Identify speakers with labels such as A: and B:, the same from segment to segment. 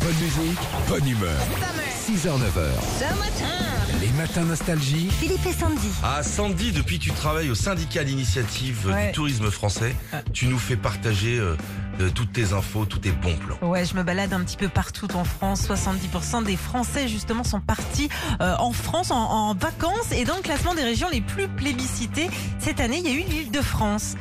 A: Bonne musique, bonne humeur. 6h-9h, les matins nostalgie.
B: Philippe et Sandy.
C: Ah Sandy, depuis que tu travailles au syndicat d'initiative euh,
D: Ouais. Ah.
C: du tourisme français, tu nous fais partager euh, euh, toutes tes infos, tous tes bons plans.
D: Ouais, je me balade un petit peu partout en France. 70% des Français, justement, sont partis euh, en France en, en vacances. Et dans le classement des régions les plus plébiscitées, cette année, il y a eu l'île de France.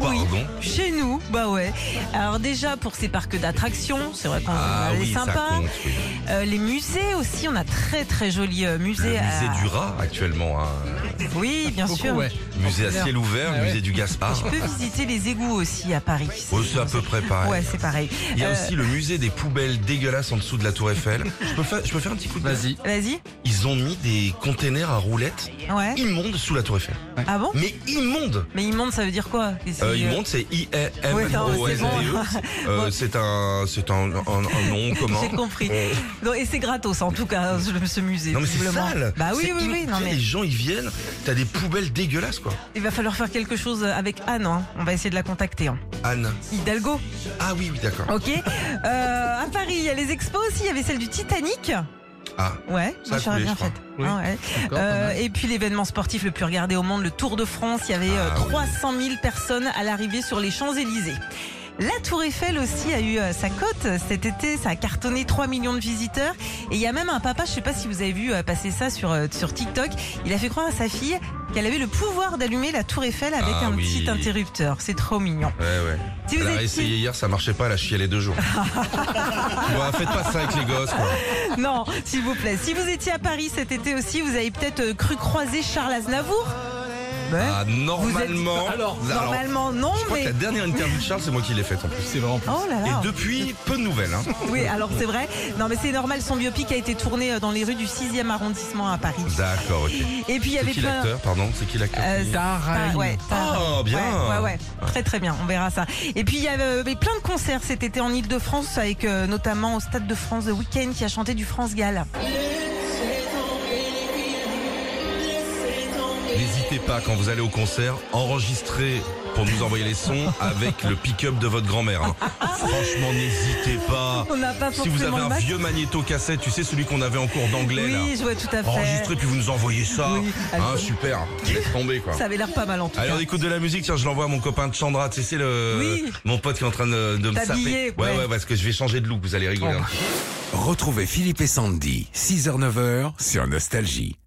D: Oui,
C: Pardon
D: chez nous, bah ouais. Alors déjà, pour ses parcs d'attractions, c'est vrai qu'on
C: Ah
D: elle est
C: oui, ça
D: sympa.
C: compte. oui.
D: Euh, les musées aussi, on a très très joli euh, Ah,
C: Le
D: musée. à-
C: musée du rat actuellement, hein.
D: Oui, bien sûr.
A: ouais.
C: musée à ciel ouvert,
A: Ah ouais.
C: musée du Gaspard.
D: On peut visiter les égouts aussi à Paris.
C: Oh, c'est à peu près pareil.
D: Ouais, c'est pareil.
C: Il y a
D: Euh,
C: aussi le musée des poubelles dégueulasses en dessous de la tour Eiffel. Je peux faire, je peux faire un petit coup de
A: Vas-y.
D: Vas-y.
C: Ils ont mis des containers à roulettes
D: Ouais.
C: immondes sous la tour Eiffel.
D: Ah bon
C: Mais immondes
D: Mais immonde, ça veut dire quoi
C: Euh,
D: C'est,
C: il
D: euh,
C: monte, c'est i m
D: Ouais, non,
C: o
D: c'est
C: s d e
D: bon. Bon.
C: C'est un, c'est un, un- un nom commun.
D: J'ai compris.
C: On-
D: Non, et c'est gratos en tout cas, hein, ce ce musée.
C: Non mais c'est
D: visiblement.
C: sale.
D: Bah oui,
C: C'est
D: oui, oui.
C: immonde.
D: Non, mais
C: Les gens ils viennent, t'as des poubelles dégueulasses quoi.
D: il va falloir faire quelque chose avec Anne. hein. On va essayer de la contacter. hein.
C: Anne.
D: Hidalgo,
C: Ah oui oui d'accord.
D: ok. Euh, à Paris, il y a les expos aussi. Il y avait celle du Titanic.
C: Ah
D: Ouais,
C: Ça
D: moi
C: a
D: j'aurais
C: coulé,
D: bien
C: je crois.
D: fait. Ah ouais. Euh, et puis l'événement sportif le plus regardé au monde, le Tour de France. Il y avait euh,
C: Ah oui.
D: 300 000 personnes à l'arrivée sur les Champs-Élysées. La Tour Eiffel aussi a eu euh, sa cote cet été, ça a cartonné 3 millions de visiteurs. Et il y a même un papa, je sais pas si vous avez vu euh, passer ça sur, euh, sur TikTok, il a fait croire à sa fille qu'elle avait le pouvoir d'allumer la Tour Eiffel avec
C: Ah
D: un
C: oui.
D: petit interrupteur. C'est trop mignon.
C: ouais ouais.
D: Si vous
C: Elle a
D: étiez-
C: essayé hier, ça marchait pas, elle a chialé deux jours. Bon, faites pas ça avec les gosses quoi.
D: Hein Non, s'il vous plaît. Si vous étiez à Paris cet été aussi, vous avez peut-être euh, cru croiser Charles Aznavour Hein Ouais.
C: Ah, normalement.
A: Alors,
D: Normalement, non,
C: Je crois que
D: mais.
C: la dernière interview de Charles, c'est moi qui l'ai faite en plus.
A: C'est vraiment plus.
D: Oh là là.
C: Et depuis, peu de nouvelles. Hein.
D: Oui, alors c'est vrai. Non, mais c'est normal. Son biopic a été tourné euh, dans les rues du 6e arrondissement à Paris.
C: D'accord, ok.
D: Et puis il y
C: C'est
D: avait
C: qui
D: plein.
C: l'acteur, pardon C'est qui l'acteur
D: Euh,
C: qui-
D: Ah, ouais, t'as-
C: Oh, bien.
D: Ouais, ouais, ouais. Très très bien, on verra ça. Et puis il y avait euh, plein de concerts cet été en Ile-de-France, avec euh, notamment au Stade de France The Weekend qui a chanté du France Gall.
C: N'hésitez pas quand vous allez au concert, enregistrez pour nous envoyer les sons avec le pick-up de votre grand-mère. hein. Franchement, n'hésitez pas.
D: On n'a pas
C: Si vous
D: forcément
C: avez
D: le
C: un
D: bac.
C: vieux magnéto cassette, tu sais celui qu'on avait en cours d'anglais là. Oh,
D: Oui, je vois tout à fait.
C: Enregistrez puis vous nous envoyez ça.
D: Oui,
C: Hein,
D: allez.
C: super. Laisse tomber quoi.
D: Ça avait l'air pas mal en tout
C: Allez,
D: cas.
C: on écoute de la musique. Tiens, je l'envoie à mon copain de Chandra. Tu sais, c'est le
D: Oui.
C: mon pote qui est en train de, de me
D: T'habiller,
C: saper. Ouais,
D: ouais.
C: ouais, parce que je vais changer de look. hein. Vous allez rigoler. un peu.
A: Retrouvez Philippe et Sandy, 6h-9h sur Nostalgie.